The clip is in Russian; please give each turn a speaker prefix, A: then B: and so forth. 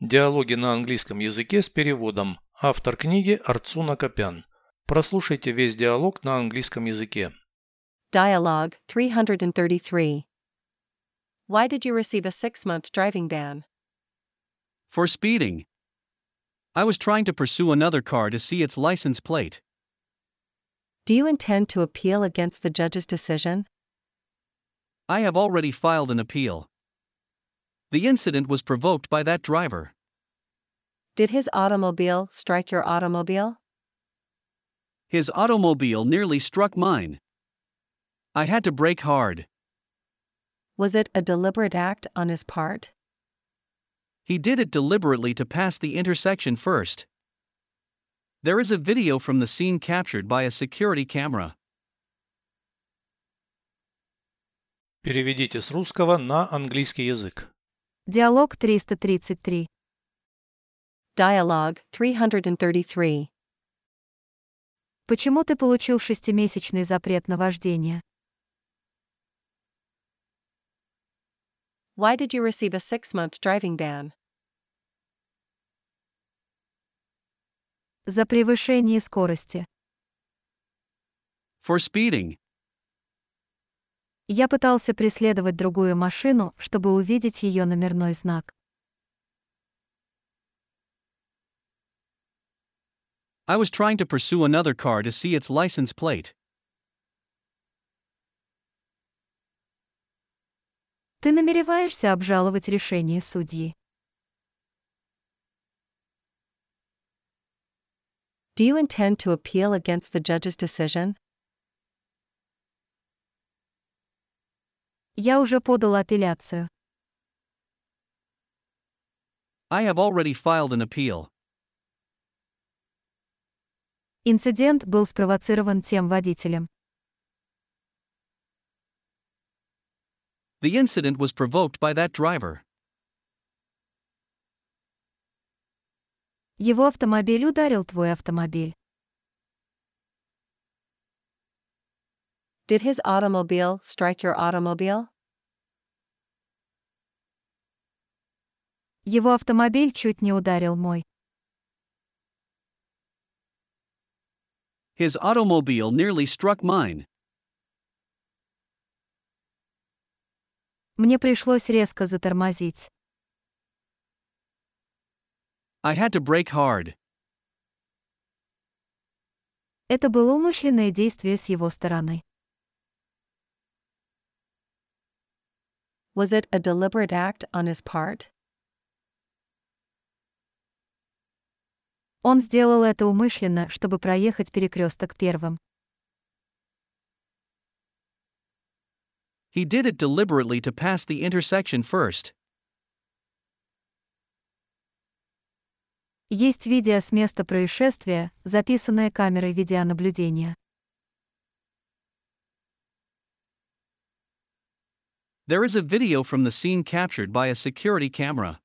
A: Диалоги на английском языке с переводом. Автор книги Арцуна Копян. Прослушайте весь диалог на английском языке.
B: Dialogue 333. Why did you receive a six month driving ban?
C: For speeding. I was trying to pursue another car to see its license plate.
B: Do you intend to appeal against the judge's decision?
C: I have already filed an appeal. The incident was provoked by that driver.
B: Did his automobile strike your automobile?
C: His automobile nearly struck mine. I had to brake hard.
B: Was it a deliberate act on his part?
C: He did it deliberately to pass the intersection first. There is a video from the scene captured by a security camera.
A: Переведите с русского на английский язык.
D: Диалог 333.
B: Dialogue 333.
D: Почему ты получил шестимесячный запрет на вождение?
B: Why did you receive a six month driving ban?
D: За превышение скорости.
C: For speeding.
D: Я пытался преследовать другую машину, чтобы увидеть ее номерной знак.
C: I was trying to pursue another car to see its license plate.
D: Ты намереваешься обжаловать решение судьи.
B: Do you intend to appeal against the judge's decision?
D: Я уже подал апелляцию.
C: I have already filed an appeal.
D: Инцидент был спровоцирован тем водителем.
C: The incident was provoked by that driver.
D: Его автомобиль ударил твой автомобиль.
B: Did his automobile strike your automobile?
D: Его автомобиль чуть не ударил мой.
C: His automobile nearly struck mine.
D: Мне пришлось резко затормозить.
C: I had to brake hard.
D: Это было умышленное действие с его стороны.
B: Was it a deliberate act on his part?
D: Он сделал это умышленно, чтобы проехать перекресток первым.
C: He did it deliberately to pass the intersection first.
D: Есть видео с места происшествия, записанное камерой видеонаблюдения.
C: There is a video from the scene captured by a security camera.